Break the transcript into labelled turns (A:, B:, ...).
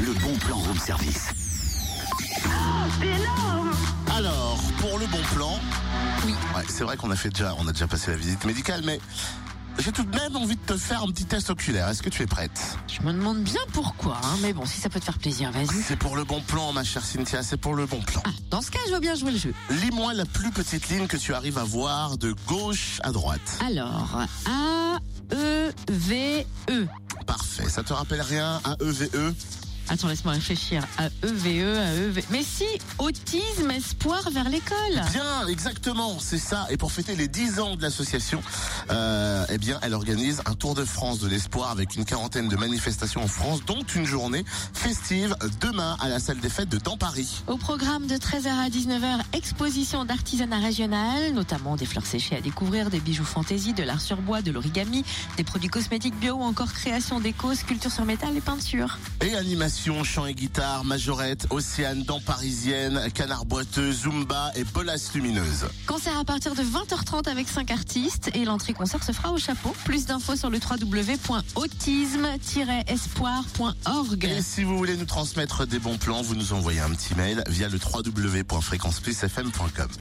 A: le bon plan room service.
B: C'est énorme
A: Alors, pour le bon plan,
C: Oui.
A: ouais, c'est vrai qu'on a fait déjà, on a déjà passé la visite médicale, mais j'ai tout de même envie de te faire un petit test oculaire. Est-ce que tu es prête
C: Je me demande bien pourquoi, hein, mais bon, si ça peut te faire plaisir, vas-y.
A: C'est pour le bon plan, ma chère Cynthia, c'est pour le bon plan.
C: Ah, dans ce cas, je veux bien jouer le jeu.
A: Lis-moi la plus petite ligne que tu arrives à voir de gauche à droite.
C: Alors, A, E, V, E.
A: Parfait. Ça te rappelle rien E à EVE
C: Attends, laisse-moi réfléchir. A, E, V, E, A, E, V. Mais si, autisme, espoir vers l'école.
A: Bien, exactement, c'est ça. Et pour fêter les 10 ans de l'association, euh, eh bien, elle organise un tour de France de l'espoir avec une quarantaine de manifestations en France, dont une journée festive demain à la salle des fêtes de Dans Paris.
C: Au programme de 13h à 19h, exposition d'artisanat régional, notamment des fleurs séchées à découvrir, des bijoux fantaisie, de l'art sur bois, de l'origami, des produits cosmétiques bio ou encore création déco, sculpture sur métal et peinture.
A: Et animation, chant et guitare, majorette, océane, dents parisienne, canard boiteux, zumba et bolas lumineuse.
C: Concert à partir de 20h30 avec 5 artistes et l'entrée concert se fera au chapeau. Plus d'infos sur le www.autisme-espoir.org.
A: Et si vous voulez nous transmettre des bons plans, vous nous envoyez un petit mail via le www.fréquenceplusfm.com.